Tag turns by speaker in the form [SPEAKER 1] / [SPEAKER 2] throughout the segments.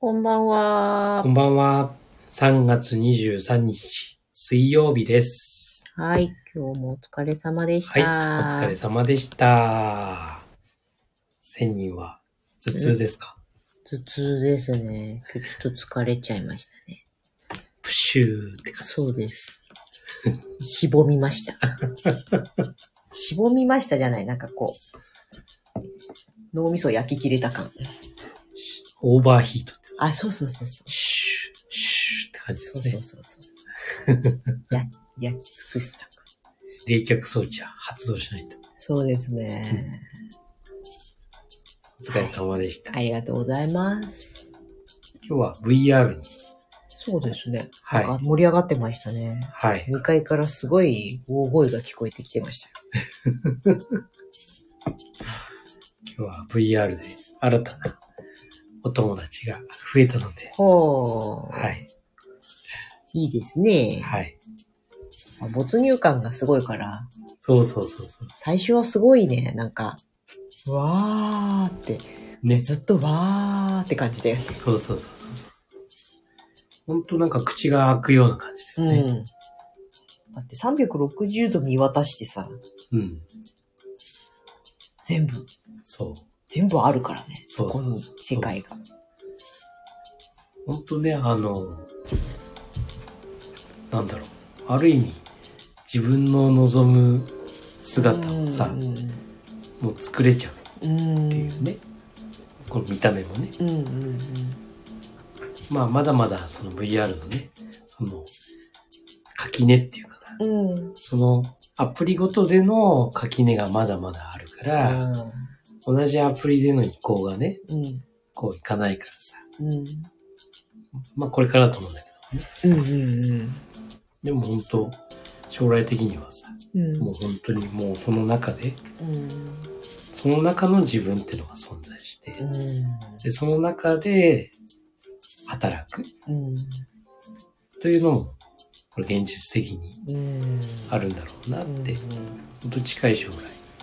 [SPEAKER 1] こんばんは
[SPEAKER 2] こ。んばんは。3月23日、水曜日です。
[SPEAKER 1] はい。今日もお疲れ様でした。
[SPEAKER 2] はい、お疲れ様でした。1000人は頭痛ですか
[SPEAKER 1] 頭痛ですね。今日ちょっと疲れちゃいましたね。
[SPEAKER 2] プシューって感
[SPEAKER 1] そうです。しぼみま した。しぼみましたじゃない。なんかこう、脳みそ焼き切れた感。
[SPEAKER 2] じ。オーバーヒートって。
[SPEAKER 1] あ、そうそうそうそう。
[SPEAKER 2] シュー、シューって感じ
[SPEAKER 1] そう
[SPEAKER 2] で
[SPEAKER 1] そ
[SPEAKER 2] す
[SPEAKER 1] う
[SPEAKER 2] ね。
[SPEAKER 1] そうそう。や焼き尽くした。
[SPEAKER 2] 冷却装置は発動しないと。
[SPEAKER 1] そうですね。
[SPEAKER 2] お疲れ様でした。
[SPEAKER 1] ありがとうございます。
[SPEAKER 2] 今日は VR に、
[SPEAKER 1] そうですね。
[SPEAKER 2] はい
[SPEAKER 1] なんか盛り上がってましたね。
[SPEAKER 2] はい、
[SPEAKER 1] 2階からすごい大声が聞こえてきてましたよ。
[SPEAKER 2] 今日は VR で新たなお友達が増えたので、
[SPEAKER 1] ほー。
[SPEAKER 2] はい、
[SPEAKER 1] いいですね。
[SPEAKER 2] はい。
[SPEAKER 1] 没入感がすごいから、
[SPEAKER 2] そうそうそうそう。
[SPEAKER 1] 最初はすごいね、なんか、わーって、
[SPEAKER 2] ね。
[SPEAKER 1] ずっとわーって感じで。
[SPEAKER 2] そうそうそうそうそう。ほんとなんか口が開くような感じです
[SPEAKER 1] うん。
[SPEAKER 2] ね。
[SPEAKER 1] だって360度見渡してさ、
[SPEAKER 2] うん。
[SPEAKER 1] 全部、
[SPEAKER 2] そう。
[SPEAKER 1] 全部あるからね。
[SPEAKER 2] そう
[SPEAKER 1] こ
[SPEAKER 2] そ
[SPEAKER 1] の
[SPEAKER 2] うそう。
[SPEAKER 1] 世界が。
[SPEAKER 2] ほんとね、あの、なんだろう。ある意味、自分の望む姿をさ
[SPEAKER 1] う、ん。
[SPEAKER 2] もう作れちゃうっ
[SPEAKER 1] うん。
[SPEAKER 2] ていうね。この見た目もね。
[SPEAKER 1] うんうんうん。
[SPEAKER 2] まあ、まだまだその VR のね、その、垣根っていうかな。
[SPEAKER 1] うん。うん。
[SPEAKER 2] その、アプリごとでの垣根がまだまだあるから、同じアプリでの移行がね、
[SPEAKER 1] うん。
[SPEAKER 2] こういかないからさ。
[SPEAKER 1] うん。
[SPEAKER 2] まあこれからだと思うんだけ
[SPEAKER 1] うんうん
[SPEAKER 2] ど。でも本当、将来的にはさ、
[SPEAKER 1] うん。
[SPEAKER 2] もう本当にもうその中で、
[SPEAKER 1] うん。
[SPEAKER 2] その中の自分ってのが存在して、
[SPEAKER 1] う
[SPEAKER 2] で、その中で働く
[SPEAKER 1] ん。
[SPEAKER 2] というのも、これ現実的に
[SPEAKER 1] うん。
[SPEAKER 2] あるんだろうなっ
[SPEAKER 1] うん
[SPEAKER 2] て、本当近い将来。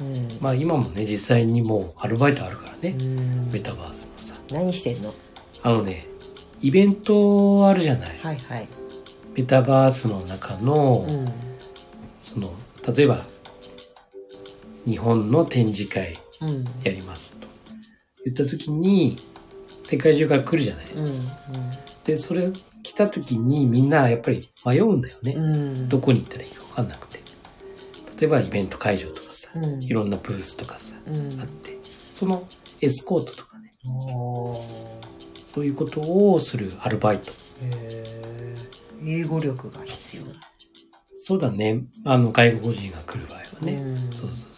[SPEAKER 1] うん。
[SPEAKER 2] まあ今もね、実際にもうアルバイトあるから
[SPEAKER 1] う
[SPEAKER 2] ね、
[SPEAKER 1] ん
[SPEAKER 2] メタバースのさ。
[SPEAKER 1] 何してんの
[SPEAKER 2] あのね、イベントあるじゃない。
[SPEAKER 1] はいはい。
[SPEAKER 2] メタバースの中の、
[SPEAKER 1] うん。
[SPEAKER 2] その、例えば、日本の展示会
[SPEAKER 1] うん。
[SPEAKER 2] やりますと言った時に世界中から来るじゃない。
[SPEAKER 1] うん。
[SPEAKER 2] でそれ来た時にみんなやっぱり迷うんだよね。
[SPEAKER 1] うん。
[SPEAKER 2] どこに行ったらいいか分かんなくて。例えばイベント会場とかさ、
[SPEAKER 1] うん
[SPEAKER 2] いろんなブースとかさ、
[SPEAKER 1] うん
[SPEAKER 2] あってそのエスコートとかね
[SPEAKER 1] お
[SPEAKER 2] そういうことをするアルバイト。
[SPEAKER 1] へ英語力が必要だ
[SPEAKER 2] そうだねあの外国人が来る場合はね。
[SPEAKER 1] うん
[SPEAKER 2] そうそうそう。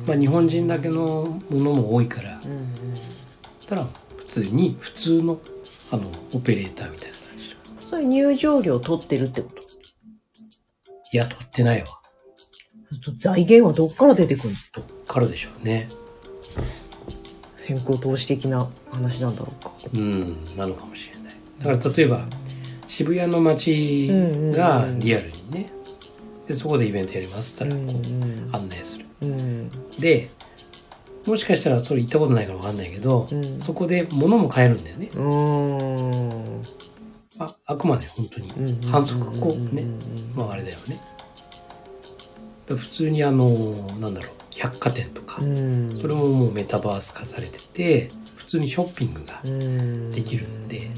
[SPEAKER 1] うん
[SPEAKER 2] まあ日本人だけのものも多いから。
[SPEAKER 1] うんうん
[SPEAKER 2] ったら普通に普通のあのオペレーターみたいな感じで
[SPEAKER 1] それ入場料取ってるってこと
[SPEAKER 2] いや取ってないわ
[SPEAKER 1] 財源はどっから出てくるの
[SPEAKER 2] どっからでしょうね
[SPEAKER 1] 先行投資的な話なんだろうか
[SPEAKER 2] うんなのかもしれないだから例えば渋谷の街がリアルにねでそこでイベントやりますって
[SPEAKER 1] う
[SPEAKER 2] 言っ
[SPEAKER 1] ん
[SPEAKER 2] たらこ
[SPEAKER 1] うん
[SPEAKER 2] う案内する
[SPEAKER 1] うん
[SPEAKER 2] でもしかしたらそれ行ったことないからわかんないけど、
[SPEAKER 1] うん
[SPEAKER 2] そこで物も買えるんだよね
[SPEAKER 1] うーん
[SPEAKER 2] ああくまで本当に
[SPEAKER 1] うんうんうん
[SPEAKER 2] 反則こうね
[SPEAKER 1] んんん
[SPEAKER 2] まああれだよねだから普通にあのなんだろう百貨店とか、
[SPEAKER 1] うん
[SPEAKER 2] それももうメタバース化されてて普通にショッピングが、まで
[SPEAKER 1] で
[SPEAKER 2] きるんで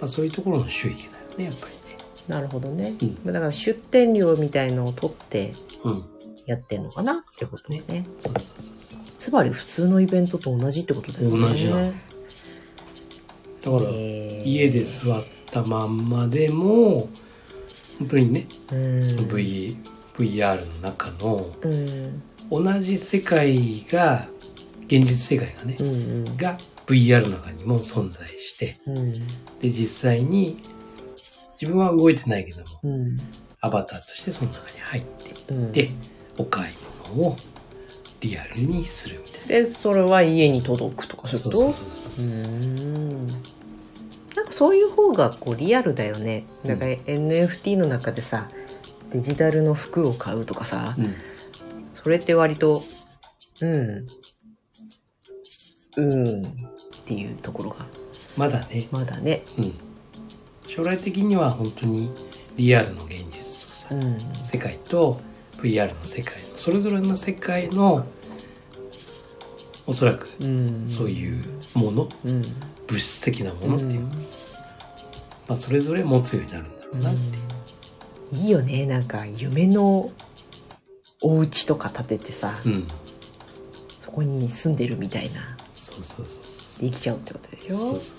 [SPEAKER 2] あ、そういうところの収益だよねやっぱ
[SPEAKER 1] なるほどね、
[SPEAKER 2] うん
[SPEAKER 1] まあだから出店料みたいのを取って
[SPEAKER 2] りねうん
[SPEAKER 1] やってんのかなってことね
[SPEAKER 2] そうそうそうそ
[SPEAKER 1] つまり普通のイベントと同じってことだよね
[SPEAKER 2] 同じなのうだから、
[SPEAKER 1] えー
[SPEAKER 2] 家で座ったまんまでも本当にね、
[SPEAKER 1] うん
[SPEAKER 2] その V VR の中の
[SPEAKER 1] うん
[SPEAKER 2] 同じ世界が現実世界がね
[SPEAKER 1] う、ん
[SPEAKER 2] が VR の中にも存在して
[SPEAKER 1] うんうん
[SPEAKER 2] で実際に自分は動いてないけども
[SPEAKER 1] うん
[SPEAKER 2] アバターとしてその中に入って
[SPEAKER 1] うん
[SPEAKER 2] でお買い物をリアルにするみたいな。
[SPEAKER 1] でそれは家に届くとかそういうこと
[SPEAKER 2] そうそうそうそう
[SPEAKER 1] うーんなんかそういう方がこうリアルだよね。だから NFT の中でさ、デジタルの服を買うとかさ、
[SPEAKER 2] うん、
[SPEAKER 1] それって割と、うん、うんっていうところが
[SPEAKER 2] まだね、
[SPEAKER 1] まだね
[SPEAKER 2] うん、将来的には本当にリアルの現実とさ、
[SPEAKER 1] うん
[SPEAKER 2] 世界と VR の世界のそれぞれの世界のおそらく
[SPEAKER 1] うん
[SPEAKER 2] そういうもの、
[SPEAKER 1] うん
[SPEAKER 2] 物質的なも
[SPEAKER 1] う
[SPEAKER 2] のっていう、
[SPEAKER 1] ん
[SPEAKER 2] まあ、それぞれ持つようになるんだろうなっていう、
[SPEAKER 1] いいよねなんか夢のお家とか建ててさ、
[SPEAKER 2] うん、
[SPEAKER 1] そこに住んでるみたいな
[SPEAKER 2] そうそうそうそう
[SPEAKER 1] できちゃうってことでしょ
[SPEAKER 2] そうそうそ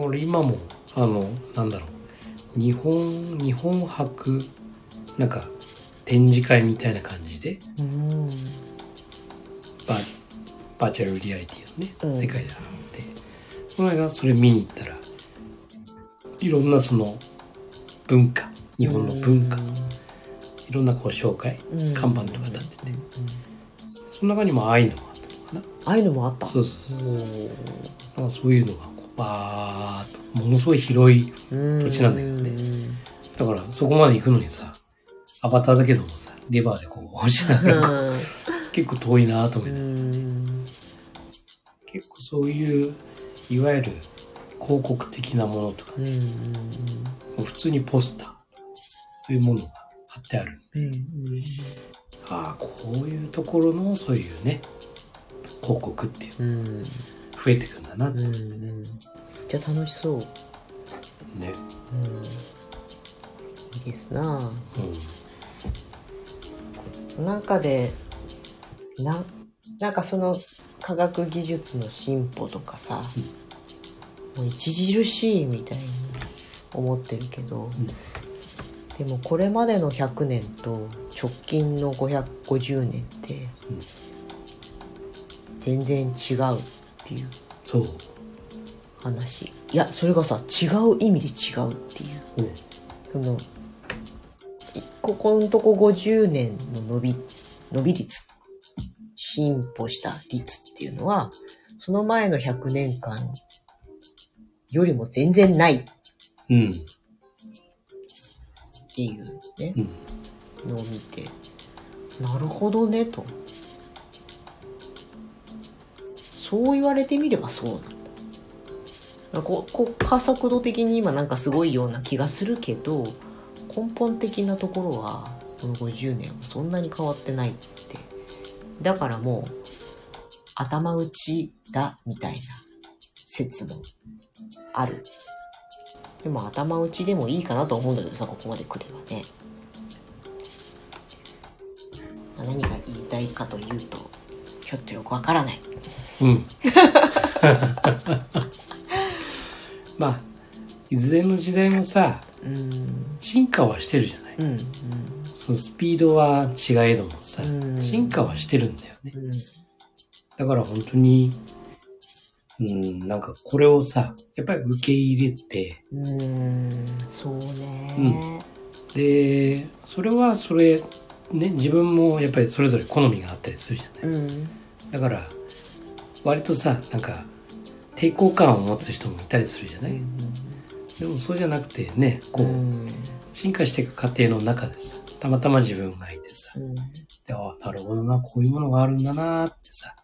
[SPEAKER 2] う俺今もあのなんだろう日本日本博なんか展示会みたいな感じで
[SPEAKER 1] うん
[SPEAKER 2] ババーチャルリアリティのね、
[SPEAKER 1] うん
[SPEAKER 2] 世界であってこの間それ見に行ったらいろんなその文化日本の文化のいろんなこう紹介、
[SPEAKER 1] うん
[SPEAKER 2] 看板とか立っててその中にもああいうのもあったのか
[SPEAKER 1] ああいうのもあった
[SPEAKER 2] なそうそうそうなんかそういうのがこうバーッとものすごい広い
[SPEAKER 1] 土
[SPEAKER 2] 地なんだけどねだからそこまで行くのにさアバターだけどもさレバーでこう押しながらこう結構遠いなと思いながら結構そういういわゆる広告的なものとか、もう普通にポスターそういうものが貼ってあるああこういうところのそういうね広告っていうの増えてくんだなってね、
[SPEAKER 1] じゃあ楽しそう、
[SPEAKER 2] うん
[SPEAKER 1] うん、いいですななんかでななんかその科学技術の進歩とかさ、もう著しいみたいに思ってるけど、でもこれまでの100年と直近の550年って
[SPEAKER 2] うん
[SPEAKER 1] 全然違うっていう
[SPEAKER 2] そう
[SPEAKER 1] 話いやそれがさ違う意味で違うっていうそ
[SPEAKER 2] うん
[SPEAKER 1] のいここのとこ50年の伸び伸び率進歩した率っていうのはその前の100年間よりも全然ないっ
[SPEAKER 2] うん
[SPEAKER 1] ていうね
[SPEAKER 2] うん
[SPEAKER 1] のを見てなるほどねとそう言われてみればそうなんだだからここう加速度的に今なんかすごいような気がするけど根本的なところはこの50年はそんなに変わってないってだからもう頭打ちだみたいな説もあるでも頭打ちでもいいかなと思うんだけどさここまで来ればねまあ何が言いたいかというとちょっとよくわからない
[SPEAKER 2] うん まあいずれの時代もさ
[SPEAKER 1] うん
[SPEAKER 2] 進化はしてるじゃない
[SPEAKER 1] うん
[SPEAKER 2] そのスピードは違えどもさ、
[SPEAKER 1] うん
[SPEAKER 2] 進化はしてるんだよね
[SPEAKER 1] うん
[SPEAKER 2] だから本当に、うん、なんかこれをさ、やっぱり受け入れて、
[SPEAKER 1] うんそうね
[SPEAKER 2] で、それはそれ、ね、自分もやっぱりそれぞれ好みがあったりするじゃない。
[SPEAKER 1] うん
[SPEAKER 2] だから、割とさ、なんか、抵抗感を持つ人もいたりするじゃない。でもそうじゃなくてね、こう、
[SPEAKER 1] ん
[SPEAKER 2] 進化していく過程の中でさ、たまたま自分がいてさ、
[SPEAKER 1] うん
[SPEAKER 2] であなるほどな、こういうものがあるんだなってさ、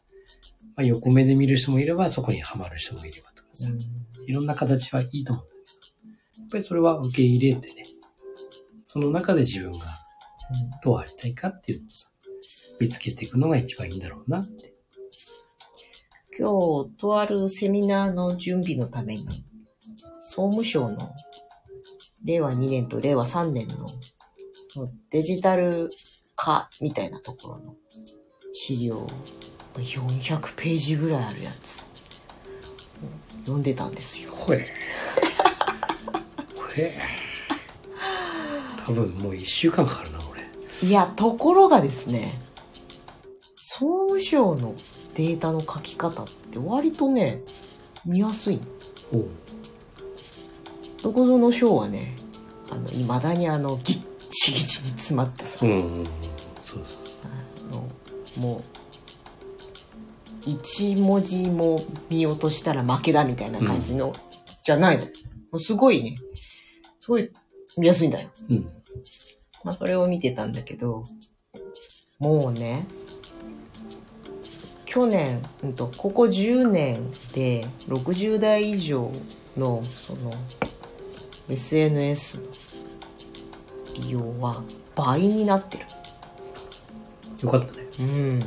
[SPEAKER 2] まあ、横目で見る人もいれば、そこにはまる人もいればとかさ、いろんな形はいいと思うんだけど、やっぱりそれは受け入れてね、その中で自分がどうありたいかっていうのをさ、見つけていくのが一番いいんだろうなって。
[SPEAKER 1] 今日、とあるセミナーの準備のために、総務省の令和2年と令和3年のデジタル化みたいなところの資料、400ページぐらいあるやつ、読んでたんですよ。
[SPEAKER 2] ほえ。 ほえ。多分もう一週間かかるな、俺。
[SPEAKER 1] いや、ところがですね、総務省のデータの書き方って割とね、見やすいの
[SPEAKER 2] おう。
[SPEAKER 1] どこぞの章はねあの未だにあのギッチギチに詰まったさ、
[SPEAKER 2] うんうんうん。そうそうそう。
[SPEAKER 1] あのもう一文字も見落としたら負けだみたいな感じの、じゃないのもうすごいねすごい見やすいんだよ、
[SPEAKER 2] うん。
[SPEAKER 1] まあ、それを見てたんだけどもうね去年、うんと、ここ10年で60代以上のその SNS の利用は倍になってる。
[SPEAKER 2] よかったね。
[SPEAKER 1] うん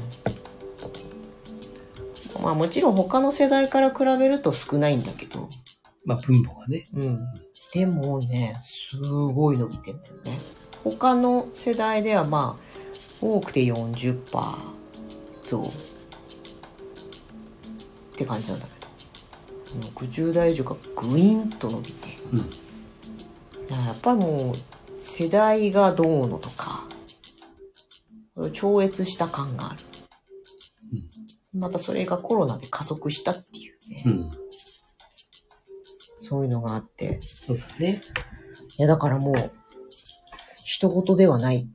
[SPEAKER 1] まあもちろん他の世代から比べると少ないんだけど、
[SPEAKER 2] まあ、分母がね。
[SPEAKER 1] うん、でもねすごい伸びてんだよね他の世代ではまあ多くて40%増って感じなんだけど60代以上がグイーンと伸びて
[SPEAKER 2] うん。
[SPEAKER 1] だからやっぱりもう世代がどうのとかそれを超越した感がある、またそれがコロナで加速したっていうね、
[SPEAKER 2] うん。
[SPEAKER 1] そういうのがあって
[SPEAKER 2] そうだね。
[SPEAKER 1] いや、だからもう、人事ではない。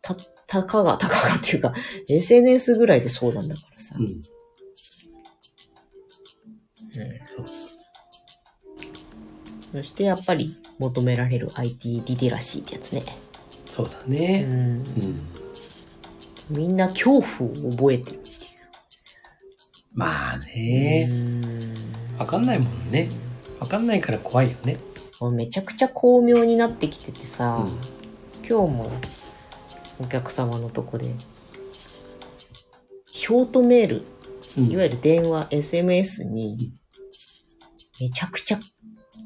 [SPEAKER 1] た、た、たかが、たかがっていうか、SNS ぐらいでそうなんだからさ。
[SPEAKER 2] うん。
[SPEAKER 1] うん
[SPEAKER 2] そうそ
[SPEAKER 1] そしてやっぱり求められる IT リテラシーってやつね。
[SPEAKER 2] う。そうだね。
[SPEAKER 1] ん。
[SPEAKER 2] うん。
[SPEAKER 1] みんな恐怖を覚えてる。
[SPEAKER 2] まあね。わかんないもんね。わかんないから怖いよね。
[SPEAKER 1] もうめちゃくちゃ巧妙になってきててさ、
[SPEAKER 2] うん
[SPEAKER 1] 今日もお客様のとこで、ショートメール
[SPEAKER 2] うん
[SPEAKER 1] いわゆる電話、SMS に、めちゃくちゃ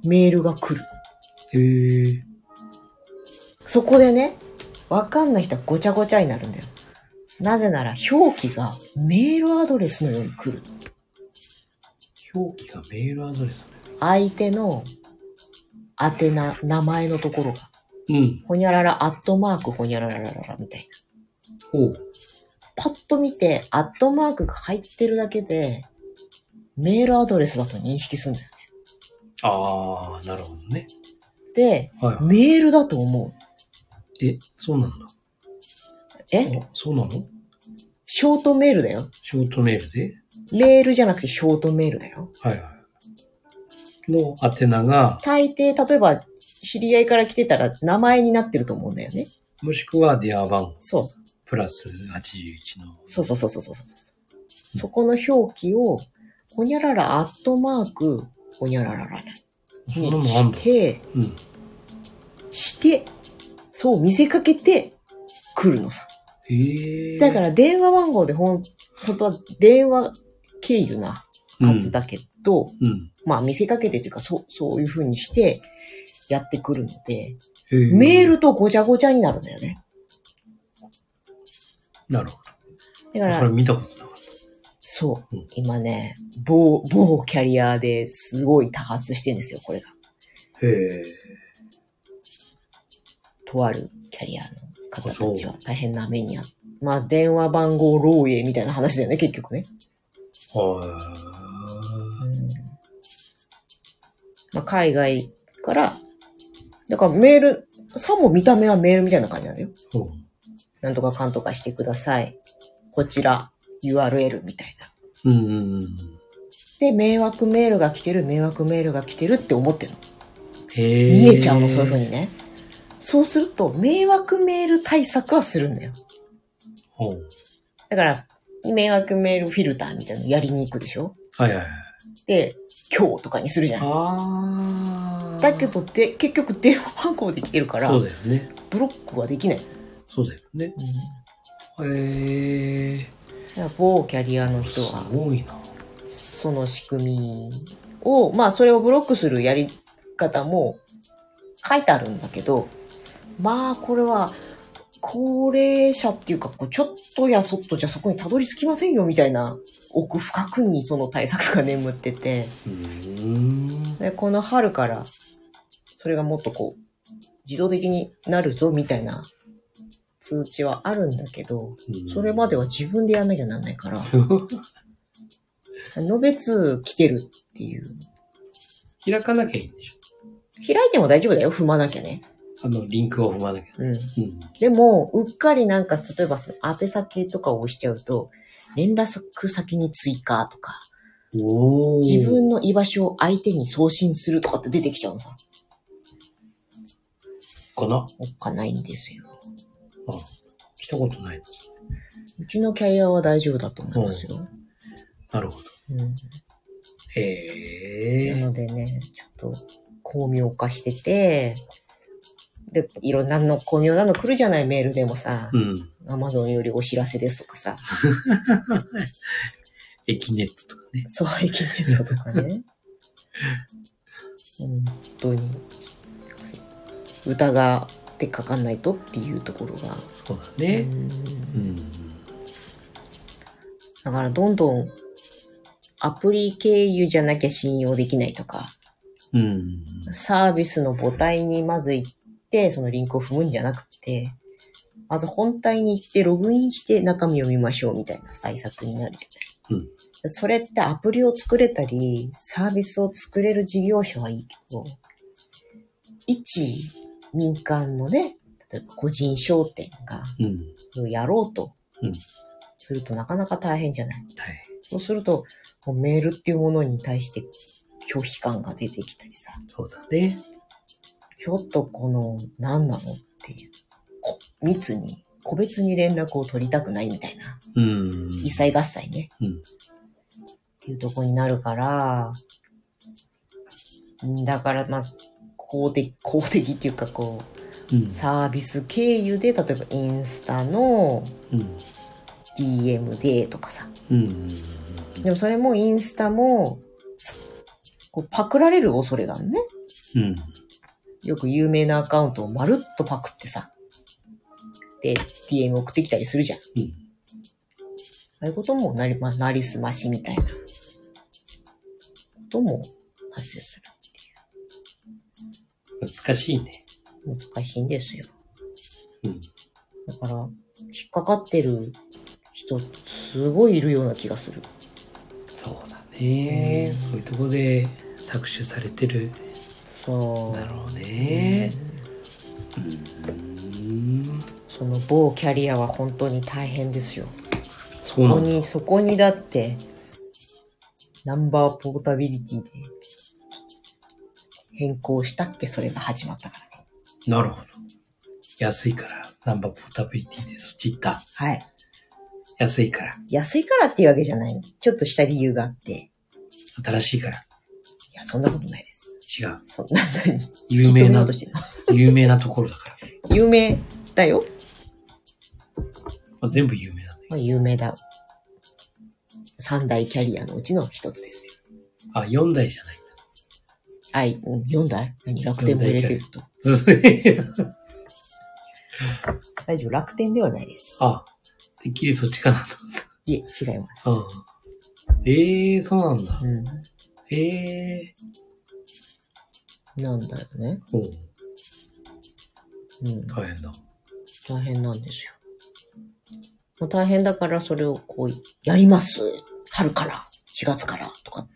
[SPEAKER 1] メールが来る。
[SPEAKER 2] へえ。
[SPEAKER 1] そこでね、わかんない人はごちゃごちゃになるんだよ。なぜなら表記がメールアドレスのように来る。
[SPEAKER 2] 表記がメールアドレスだね。
[SPEAKER 1] 相手の宛名、名前のところが。
[SPEAKER 2] うん。
[SPEAKER 1] ほにゃらら、アットマーク、ほにゃらららららみたいな。
[SPEAKER 2] ほう。
[SPEAKER 1] パッと見て、アットマークが入ってるだけで、メールアドレスだと認識するんだよ。
[SPEAKER 2] ああ、なるほどね。
[SPEAKER 1] で、
[SPEAKER 2] はいは
[SPEAKER 1] メールだと思う。
[SPEAKER 2] い。え、そうなんだ。
[SPEAKER 1] え
[SPEAKER 2] あそうなの
[SPEAKER 1] ショートメールだよ。
[SPEAKER 2] ショートメールで
[SPEAKER 1] メールじゃなくてショートメールだよ。
[SPEAKER 2] はいはい。の宛名が、
[SPEAKER 1] 大抵、例えば、知り合いから来てたら名前になってると思うんだよね。
[SPEAKER 2] もしくは電話番号、
[SPEAKER 1] そう。
[SPEAKER 2] プラス81の。
[SPEAKER 1] そうそうそうそうそうそう。そこの表記を、ほにゃらら、アットマーク、ほにゃらららら
[SPEAKER 2] そんなの
[SPEAKER 1] に
[SPEAKER 2] もあん
[SPEAKER 1] し
[SPEAKER 2] だ。
[SPEAKER 1] て、
[SPEAKER 2] うん。
[SPEAKER 1] して、そう見せかけて、来るのさ。
[SPEAKER 2] へえ。
[SPEAKER 1] だから電話番号でほん、本当は電話経由なはずだけど、
[SPEAKER 2] うん。
[SPEAKER 1] まあ見せかけてっていうか、そう、そういう風にして、やってくるので、
[SPEAKER 2] へー
[SPEAKER 1] メールとごちゃごちゃになるんだよね。
[SPEAKER 2] なるほど。
[SPEAKER 1] だか
[SPEAKER 2] それ
[SPEAKER 1] ら、
[SPEAKER 2] 見たことなかっ
[SPEAKER 1] そう
[SPEAKER 2] うん、
[SPEAKER 1] 今ね、某、某キャリアですごい多発してんですよ、これが。
[SPEAKER 2] た。へえ。
[SPEAKER 1] とあるキャリアの方
[SPEAKER 2] そ
[SPEAKER 1] たちは
[SPEAKER 2] う
[SPEAKER 1] 大変な目にあって。まあ、電話番号漏洩みたいな話だよね、結局ね。
[SPEAKER 2] は
[SPEAKER 1] まあ、海外から、だからメール、さも見た目はメールみたいな感じなんだよ。
[SPEAKER 2] い。ほう
[SPEAKER 1] なんとかかんとかしてください。こちら、URL みたいな。
[SPEAKER 2] うんうんうん。
[SPEAKER 1] で、迷惑メールが来てる、迷惑メールが来てるって思ってるの。
[SPEAKER 2] へえ。
[SPEAKER 1] 見えちゃうの、そういう風に。ね。そうすると、迷惑メール対策はするんだよ。
[SPEAKER 2] ほう。
[SPEAKER 1] だから、迷惑メールフィルターみたいなのやりに行くでしょ
[SPEAKER 2] はいはいはい。
[SPEAKER 1] で、今日とかにするじゃん。
[SPEAKER 2] ああ。
[SPEAKER 1] だけどで、結局電話番号で来てるから
[SPEAKER 2] そ、うだよね。
[SPEAKER 1] ブロックはできない。
[SPEAKER 2] そうだよね。
[SPEAKER 1] うん
[SPEAKER 2] へえ。
[SPEAKER 1] だから某キャリアの人
[SPEAKER 2] す
[SPEAKER 1] は、
[SPEAKER 2] ごいな。
[SPEAKER 1] その仕組みを、まあ、それをブロックするやり方も書いてあるんだけど、まあ、これは、高齢者っていうか、こうちょっとやそっとじゃそこにたどり着きませんよみたいな奥深くにその対策が眠ってて、
[SPEAKER 2] うーん。
[SPEAKER 1] で、この春から、それがもっとこう、自動的になるぞみたいな通知はあるんだけど、それまでは自分でやんなきゃなんないから、のべつ来てるっていう。
[SPEAKER 2] 開かなきゃいいんでしょ。
[SPEAKER 1] 開いても大丈夫だよ、踏まなきゃね。
[SPEAKER 2] あの、リンクを踏まなきゃ。
[SPEAKER 1] うん。
[SPEAKER 2] うん。
[SPEAKER 1] でも、うっかりなんか、例えばその宛先とかを押しちゃうと、連絡先に追加とか、
[SPEAKER 2] おお。
[SPEAKER 1] 自分の居場所を相手に送信するとかって出てきちゃうのさ。
[SPEAKER 2] かな
[SPEAKER 1] おっかないんですよ。
[SPEAKER 2] あ、来たことないな。
[SPEAKER 1] うちのキャリアは大丈夫だと思いますよ。
[SPEAKER 2] なるほど。
[SPEAKER 1] うん
[SPEAKER 2] へ
[SPEAKER 1] な
[SPEAKER 2] え。
[SPEAKER 1] のでね、ちょっと巧妙化してて、で、いろんなの、巧妙なの来るじゃない、メールでもさ
[SPEAKER 2] う、ん。
[SPEAKER 1] アマゾンよりお知らせですとかさ、
[SPEAKER 2] 駅ネットとかね。
[SPEAKER 1] そう、エキネットとかね。本当に。歌がって書かないとっていうところが。
[SPEAKER 2] そうだ
[SPEAKER 1] う
[SPEAKER 2] ね。
[SPEAKER 1] ん
[SPEAKER 2] うん。
[SPEAKER 1] だからどんどんアプリ経由じゃなきゃ信用できないとか、
[SPEAKER 2] うん。
[SPEAKER 1] サービスの母体にまず行って、そのリンクを踏むんじゃなくて、まず本体に行ってログインして中身を見ましょうみたいな対策になるじゃない。それってアプリを作れたり、サービスを作れる事業者はいいけど、一民間のね、例えば個人商店が
[SPEAKER 2] うん。
[SPEAKER 1] やろうと
[SPEAKER 2] うん
[SPEAKER 1] するとなかなか大変じゃない。
[SPEAKER 2] はい。
[SPEAKER 1] そうすると、もうメールっていうものに対して拒否感が出てきたりさ。
[SPEAKER 2] そうだね。
[SPEAKER 1] ちょっとこの、何なのっていう。こ密に、個別に連絡を取りたくないみたいな。
[SPEAKER 2] うん。
[SPEAKER 1] 一切合切ね。
[SPEAKER 2] うん
[SPEAKER 1] っていうとこになるから、んだから、まあ、公的、公的っていうかこう、
[SPEAKER 2] うん。
[SPEAKER 1] サービス経由で、例えばインスタの
[SPEAKER 2] うん。
[SPEAKER 1] DM でとかさ。
[SPEAKER 2] うん。
[SPEAKER 1] でもそれもインスタも、こうパクられる恐れがあるね。
[SPEAKER 2] うん。
[SPEAKER 1] よく有名なアカウントをまるっとパクってさ、で、DM 送ってきたりするじゃん。あ
[SPEAKER 2] うん。
[SPEAKER 1] あいうこともなり、まあ、なりすましみたいな、ことも発生す
[SPEAKER 2] 難しいね。
[SPEAKER 1] る。難しいんですよ。
[SPEAKER 2] うん。
[SPEAKER 1] だから、引っかかってる人、すごいいるような気がする。
[SPEAKER 2] そうだ
[SPEAKER 1] う
[SPEAKER 2] ね。
[SPEAKER 1] ん
[SPEAKER 2] そういうとこで搾取されてる
[SPEAKER 1] そ
[SPEAKER 2] ん
[SPEAKER 1] う。
[SPEAKER 2] だろう
[SPEAKER 1] ね
[SPEAKER 2] ね。うん。
[SPEAKER 1] その某キャリアは本当に大変ですよ。
[SPEAKER 2] そ
[SPEAKER 1] そ
[SPEAKER 2] うな
[SPEAKER 1] こ
[SPEAKER 2] んだ。
[SPEAKER 1] に、そこにだって、ナンバーポータビリティで変更したっけそれが始まったからね。
[SPEAKER 2] なるほど。安いから、ナンバーポータビリティでそっち行った。
[SPEAKER 1] はい。
[SPEAKER 2] 安いから、
[SPEAKER 1] 安いからっていうわけじゃない。ちょっとした理由があって。い
[SPEAKER 2] 新しいから、
[SPEAKER 1] や、そんなことないです。
[SPEAKER 2] 違う。
[SPEAKER 1] そんな、何突き止
[SPEAKER 2] 有名
[SPEAKER 1] めよ
[SPEAKER 2] な
[SPEAKER 1] うと、してんの
[SPEAKER 2] 有名なところだから。
[SPEAKER 1] 有名だよ。
[SPEAKER 2] まあ、全部有名なんだよ。
[SPEAKER 1] まあ、有名だ。三大キャリアのうちの一つですよ。
[SPEAKER 2] あ、4台じゃないんだ。
[SPEAKER 1] はい、うん、四大何楽天も入れてると。大丈夫、楽天ではないです。
[SPEAKER 2] あ、てっきりそっちかなと
[SPEAKER 1] いえ、違います。
[SPEAKER 2] 思った。うん。ええー、そうなんだ。
[SPEAKER 1] うん。
[SPEAKER 2] ええ
[SPEAKER 1] なんだよね。
[SPEAKER 2] ー。おう
[SPEAKER 1] うん。
[SPEAKER 2] 大変だ。
[SPEAKER 1] 大変なんですよ。まあ、大変だからそれをこう、やります春から、4月から、とかって。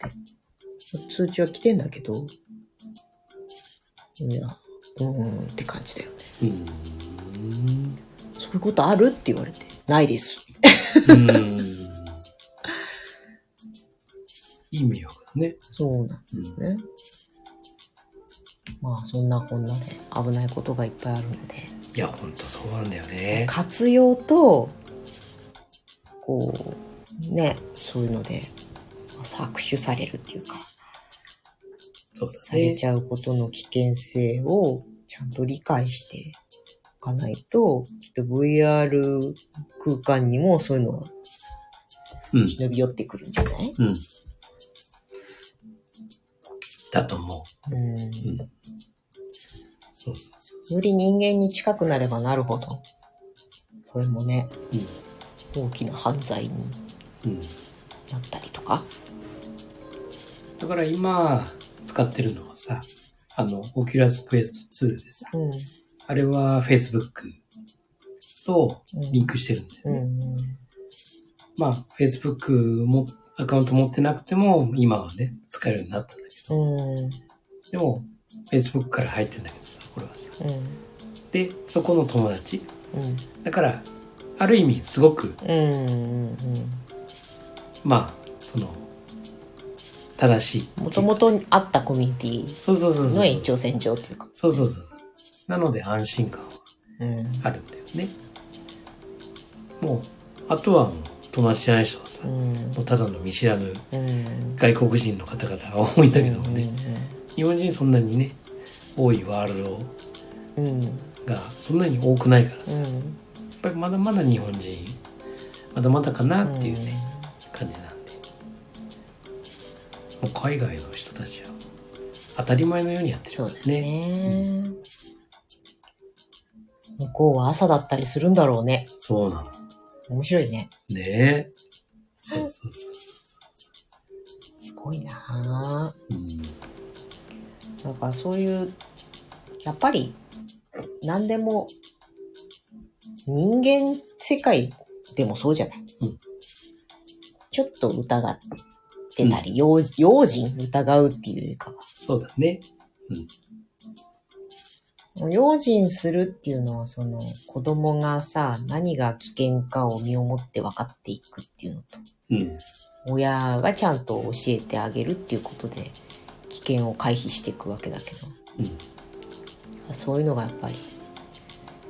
[SPEAKER 1] 通知は来てんだけど、いや、うーんって感じだよね。
[SPEAKER 2] うん。
[SPEAKER 1] そういうことあるって言われて。ないです。
[SPEAKER 2] うん。いい迷惑だね。
[SPEAKER 1] そうなん
[SPEAKER 2] うん
[SPEAKER 1] ですね。まあ、そんなこんなで危ないことがいっぱいあるので。
[SPEAKER 2] いや、ほんとそうなんだよね。
[SPEAKER 1] 活用と、こう、ね、そういうので、まあ搾取されるっていうか、
[SPEAKER 2] そうだ
[SPEAKER 1] され
[SPEAKER 2] ね。
[SPEAKER 1] ちゃうことの危険性をちゃんと理解しておかないと、きっと VR 空間にもそういうのは
[SPEAKER 2] うん。
[SPEAKER 1] 忍び寄ってくるんじゃない
[SPEAKER 2] うん。だと思
[SPEAKER 1] うん
[SPEAKER 2] う。うん。そうそうそう
[SPEAKER 1] より人間に近くなればなるほど、それもね、大きな犯罪に
[SPEAKER 2] そう。うん。
[SPEAKER 1] なったりとか。
[SPEAKER 2] だから今使ってるのはさ、あの、Oculus Quest 2でさ、
[SPEAKER 1] うん。うん
[SPEAKER 2] あれは Facebook とリンクしてるんだ
[SPEAKER 1] う
[SPEAKER 2] よね。
[SPEAKER 1] ん。
[SPEAKER 2] まあ、Facebook もアカウント持ってなくても、今はね、使えるようになったんだけ
[SPEAKER 1] う
[SPEAKER 2] ど、
[SPEAKER 1] ん。うん。
[SPEAKER 2] でも、Facebook から入ってんだけどさ、これはさ。で、そこの友達。
[SPEAKER 1] うん。
[SPEAKER 2] だから、ある意味、すごく
[SPEAKER 1] うんうん
[SPEAKER 2] まあその正しい
[SPEAKER 1] うん。もともとあったコミュニテ
[SPEAKER 2] そうそうそう
[SPEAKER 1] ィ
[SPEAKER 2] そ
[SPEAKER 1] の
[SPEAKER 2] う
[SPEAKER 1] 延長線上っていうか。
[SPEAKER 2] そうそうそうなので安心感は
[SPEAKER 1] うん。
[SPEAKER 2] あるんだよねもうあとはもう友達じゃない人はさ、も
[SPEAKER 1] うん
[SPEAKER 2] うただの見知らぬ
[SPEAKER 1] うん
[SPEAKER 2] 外国人の方々が多いんだけどもね、
[SPEAKER 1] う
[SPEAKER 2] 日本人そんなにね多いワールド
[SPEAKER 1] んうん
[SPEAKER 2] がそんなに多くないからさ、
[SPEAKER 1] う
[SPEAKER 2] やっ
[SPEAKER 1] ん
[SPEAKER 2] ぱりまだまだ日本人まだまだかなっていうね、感じなんでもう海外の人たちは当たり前のようにやってる
[SPEAKER 1] そ
[SPEAKER 2] か
[SPEAKER 1] う
[SPEAKER 2] ら
[SPEAKER 1] だ
[SPEAKER 2] ね
[SPEAKER 1] ね向こうは朝だったりするんだろうね
[SPEAKER 2] そうなの
[SPEAKER 1] 面白いね
[SPEAKER 2] ねえそうそうそう
[SPEAKER 1] すごいな
[SPEAKER 2] そう、うん、
[SPEAKER 1] ぁなんかそういうやっぱり何でも人間世界でもそうじゃない、
[SPEAKER 2] うん
[SPEAKER 1] ちょっと疑ってたり、用用心疑うっていうよりかは
[SPEAKER 2] そうだね
[SPEAKER 1] 用心するっていうのは、その、子供がさ、何が危険かを身をもって分かっていくっていうのと、
[SPEAKER 2] うん
[SPEAKER 1] 親がちゃんと教えてあげるっていうことで、危険を回避していくわけだけど、そういうのがやっぱり、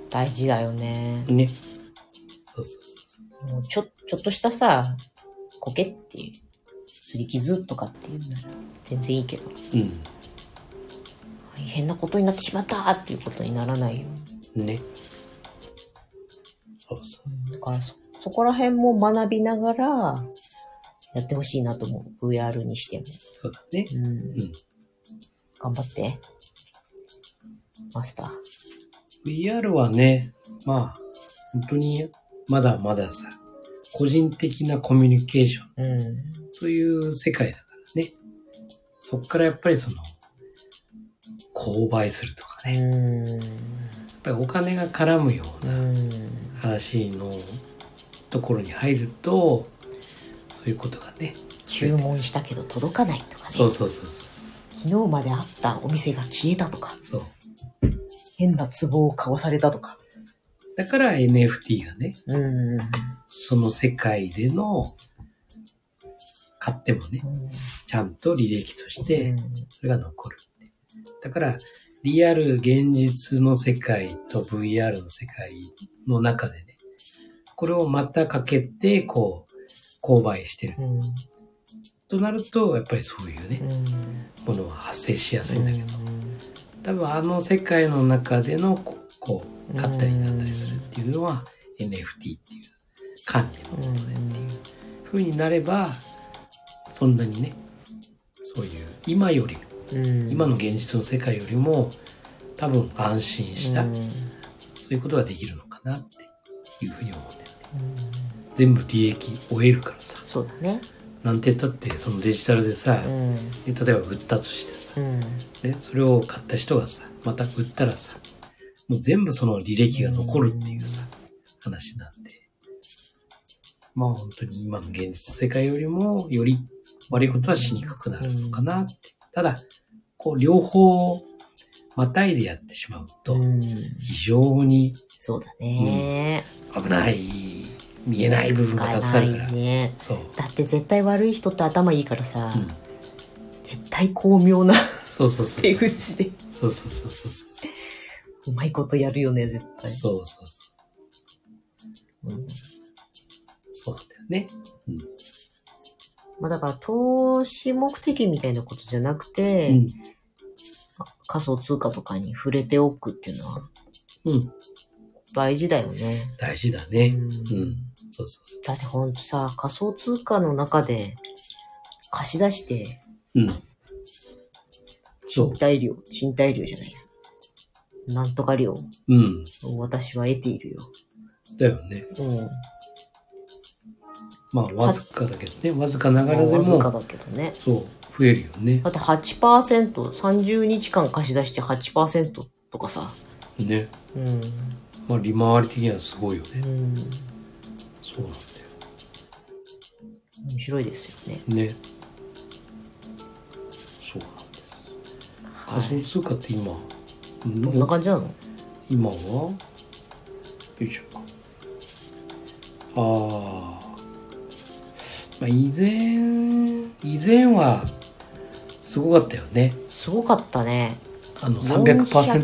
[SPEAKER 1] 大事だよね
[SPEAKER 2] う。んねそうそうそう
[SPEAKER 1] もうちょ、ちょっとしたさ、こけっていう、すり傷とかっていうなら、全然いいけど、
[SPEAKER 2] そう
[SPEAKER 1] 大変なことになってしまったっていうことにならないように
[SPEAKER 2] うんねそうそう
[SPEAKER 1] だからそ、そこら辺も学びながら、やってほしいなと思う。VR にしても。
[SPEAKER 2] そうだね
[SPEAKER 1] うん。
[SPEAKER 2] うん
[SPEAKER 1] 頑張って。マスター。
[SPEAKER 2] VR はねまあ本当にまだまださ個人的なコミュニケーション
[SPEAKER 1] うん。
[SPEAKER 2] そういう世界だからね。そっからやっぱりその、購買するとかね。
[SPEAKER 1] うん。
[SPEAKER 2] やっぱりお金が絡むよう
[SPEAKER 1] う。
[SPEAKER 2] なん話のところに入ると、そういうことがね。
[SPEAKER 1] 注文したけど届かないとかね。
[SPEAKER 2] そうそうそうそ
[SPEAKER 1] 昨日まであったお店が消えたとか、
[SPEAKER 2] う。そう。
[SPEAKER 1] 変な壺を買わされたとか。
[SPEAKER 2] だから NFT がね、
[SPEAKER 1] うん。うん
[SPEAKER 2] その世界での、買ってもね、ちゃんと履歴として、それが残る。だから、リアル、現実の世界と VR の世界の中でね、これをまたかけて、こう、購買してる。
[SPEAKER 1] うん。
[SPEAKER 2] となると、やっぱりそういうね
[SPEAKER 1] う、ん。
[SPEAKER 2] ものは発生しやすいんだけど、
[SPEAKER 1] うん
[SPEAKER 2] 多分あの世界の中での、こう、こう買ったりなんだりするっていうのは、NFT っていう管理のものでっていう風になれば、そんなにね、そういう、今より
[SPEAKER 1] うん。
[SPEAKER 2] 今の現実の世界よりも多分安心した、
[SPEAKER 1] うん
[SPEAKER 2] そういうことができるのかなっていうふうに思うんだよね全部利益終えるからさ
[SPEAKER 1] そうだね。
[SPEAKER 2] なんて言ったってそのデジタルでさ
[SPEAKER 1] う、ん。
[SPEAKER 2] で例えば売ったとしてさ、
[SPEAKER 1] うん。
[SPEAKER 2] ね、それを買った人がさまた売ったらさもう全部その履歴が残るっていうさ話なんでまあ本当に今の現実世界よりもより悪いことはしにくくなるのかなってただこう両方をまたいでやってしまうと、
[SPEAKER 1] うん
[SPEAKER 2] 非常に
[SPEAKER 1] そうだね。
[SPEAKER 2] 危ない見えない部分が
[SPEAKER 1] 使え
[SPEAKER 2] たくさんあるから
[SPEAKER 1] ないね。
[SPEAKER 2] そう、
[SPEAKER 1] だって絶対悪い人って頭いいからさ、
[SPEAKER 2] うん、
[SPEAKER 1] 絶対巧妙な
[SPEAKER 2] そうそうそう
[SPEAKER 1] 手口で
[SPEAKER 2] そうそうそうそうそう
[SPEAKER 1] うまいことやるよね絶対、
[SPEAKER 2] そうそ
[SPEAKER 1] う
[SPEAKER 2] う
[SPEAKER 1] ん
[SPEAKER 2] そうなんだよね
[SPEAKER 1] まあ、だから投資目的みたいなことじゃなくて、仮想通貨とかに触れておくっていうのは
[SPEAKER 2] うん、うん、
[SPEAKER 1] 大事だよね、
[SPEAKER 2] 大事だ
[SPEAKER 1] う
[SPEAKER 2] ね
[SPEAKER 1] ん
[SPEAKER 2] うんそうそうそ
[SPEAKER 1] だってほんとさ仮想通貨の中で貸し出して
[SPEAKER 2] ううんそう
[SPEAKER 1] 賃貸料賃貸料じゃないなんとか料
[SPEAKER 2] うん
[SPEAKER 1] を私は得ているよ、
[SPEAKER 2] だよね
[SPEAKER 1] うん
[SPEAKER 2] まあわずかだけどねわずかながらで
[SPEAKER 1] わずか
[SPEAKER 2] も
[SPEAKER 1] だけどね
[SPEAKER 2] そう増えるよね
[SPEAKER 1] だって8%、30日間貸し出して8%とかさ。
[SPEAKER 2] ね
[SPEAKER 1] うん。
[SPEAKER 2] まあ利回り的にはすごいよね
[SPEAKER 1] うん。
[SPEAKER 2] そうなんだよ
[SPEAKER 1] 面白いですよね。
[SPEAKER 2] ねそうなんです
[SPEAKER 1] は
[SPEAKER 2] 仮
[SPEAKER 1] い。
[SPEAKER 2] 想通貨って今、
[SPEAKER 1] どんな感じなの
[SPEAKER 2] 今はよいしょあー、まあ以前以前はすごかったよね
[SPEAKER 1] すごかったね。
[SPEAKER 2] あの300%。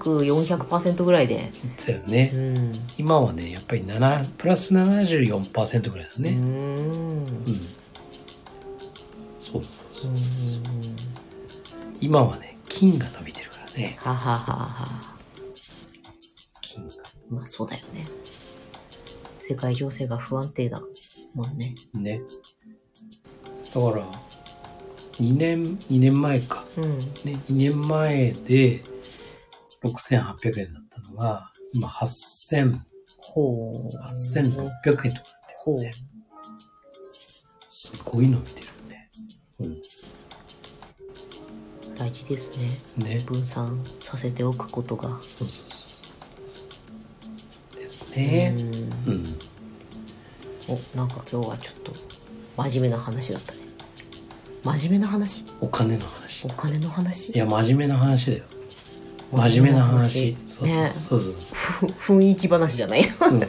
[SPEAKER 1] 300400%ぐらいで、
[SPEAKER 2] だよね。
[SPEAKER 1] うん、
[SPEAKER 2] 今はね、やっぱり7、プラス74%ぐらいだ
[SPEAKER 1] うー
[SPEAKER 2] ね。
[SPEAKER 1] ん
[SPEAKER 2] うん。そうそうそう。今はね、金が伸びてるからね。
[SPEAKER 1] はははは
[SPEAKER 2] 金が。
[SPEAKER 1] まあそうだよね世界情勢が不安定だもんね
[SPEAKER 2] ね。だから、2年、2年前か。
[SPEAKER 1] うん
[SPEAKER 2] ね、2年前で6800円だったのが、今8000、
[SPEAKER 1] ほう
[SPEAKER 2] 8600円とか
[SPEAKER 1] ほう
[SPEAKER 2] すごい伸びてるね。う
[SPEAKER 1] 大事ですね
[SPEAKER 2] ん。ね。
[SPEAKER 1] 分散させておくことが
[SPEAKER 2] そうそうそう。ですね。
[SPEAKER 1] うん
[SPEAKER 2] うん。
[SPEAKER 1] おなんか今日はちょっと真面目な話だったね真面目な話
[SPEAKER 2] お金の話。
[SPEAKER 1] お
[SPEAKER 2] い
[SPEAKER 1] 金の話
[SPEAKER 2] や、真面目な話だよ。真面目な話。
[SPEAKER 1] 真
[SPEAKER 2] そう
[SPEAKER 1] 面目な
[SPEAKER 2] そう
[SPEAKER 1] ね
[SPEAKER 2] そうそ
[SPEAKER 1] ふ 雰囲気話じゃない
[SPEAKER 2] う。うん、今日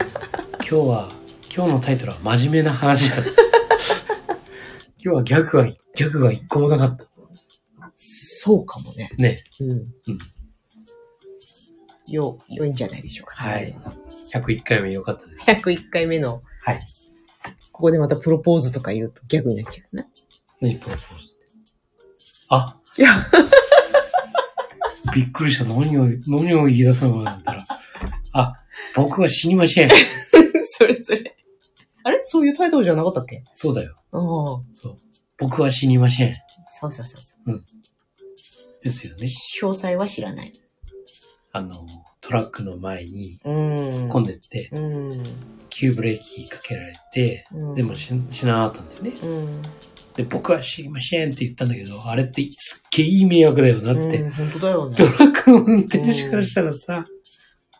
[SPEAKER 2] は、今日のタイトルは真面目な話だ。今日はギャグは、ギャグが一個もなかった。
[SPEAKER 1] そうかもね
[SPEAKER 2] ね。
[SPEAKER 1] うん、
[SPEAKER 2] うん
[SPEAKER 1] よ良いんじゃないでしょうか
[SPEAKER 2] はい101回目良かったです。
[SPEAKER 1] 101回目の
[SPEAKER 2] はい。
[SPEAKER 1] ここでまたプロポーズとか言うとギャグになっちゃうね
[SPEAKER 2] 何プロポーズってあ
[SPEAKER 1] いや
[SPEAKER 2] びっくりした。何を、何を言い出すのかなと思ったら。あ、僕は死にません。
[SPEAKER 1] それそれあれそういうタイトルじゃなかったっけ
[SPEAKER 2] そうだよ。
[SPEAKER 1] ああ
[SPEAKER 2] そう。僕は死にません。
[SPEAKER 1] そうそうそうそう
[SPEAKER 2] ですよね。
[SPEAKER 1] 詳細は知らない
[SPEAKER 2] あの、トラックの前に
[SPEAKER 1] うん
[SPEAKER 2] 突っ込んでって、
[SPEAKER 1] うん
[SPEAKER 2] 急ブレーキかけられて、
[SPEAKER 1] うん
[SPEAKER 2] でも死死ななかったんだよね。
[SPEAKER 1] うん
[SPEAKER 2] で、僕は死にませんって言ったんだけど、あれってすっげえいい迷惑だよなって。
[SPEAKER 1] うん、本当だよね
[SPEAKER 2] トラックの運転手からしたらさ、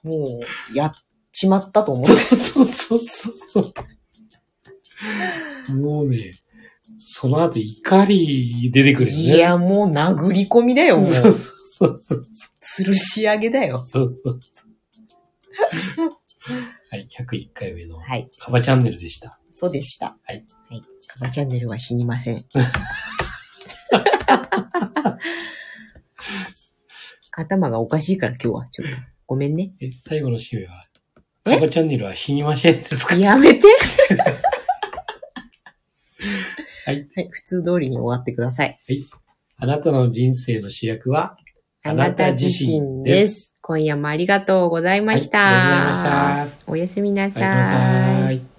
[SPEAKER 1] もう、やっちまったと思
[SPEAKER 2] そうそうそうそうそう。もうね、その後怒り出てく
[SPEAKER 1] う。
[SPEAKER 2] るよね。
[SPEAKER 1] いや、もう殴り込みだよ、もう。
[SPEAKER 2] そうそうそう
[SPEAKER 1] 吊るし上げだよ。
[SPEAKER 2] そうそうそう。はい、101回目の
[SPEAKER 1] はい、
[SPEAKER 2] カバチャンネルでした。
[SPEAKER 1] そうでした。
[SPEAKER 2] はい。
[SPEAKER 1] はい。カバチャンネルは死にま せん。頭がおかしいから今日は、ちょっと。ごめん ね。
[SPEAKER 2] え、最後の締めは、
[SPEAKER 1] え
[SPEAKER 2] カバチャンネルは死にませんですか
[SPEAKER 1] やめて
[SPEAKER 2] はい。
[SPEAKER 1] はい。普通通りに終わってください。
[SPEAKER 2] あなたの人生の主役は
[SPEAKER 1] あなた自身です。今夜もありがとうございました。
[SPEAKER 2] はいありがとうございました
[SPEAKER 1] おやすみな
[SPEAKER 2] お
[SPEAKER 1] さ
[SPEAKER 2] やすみなさい。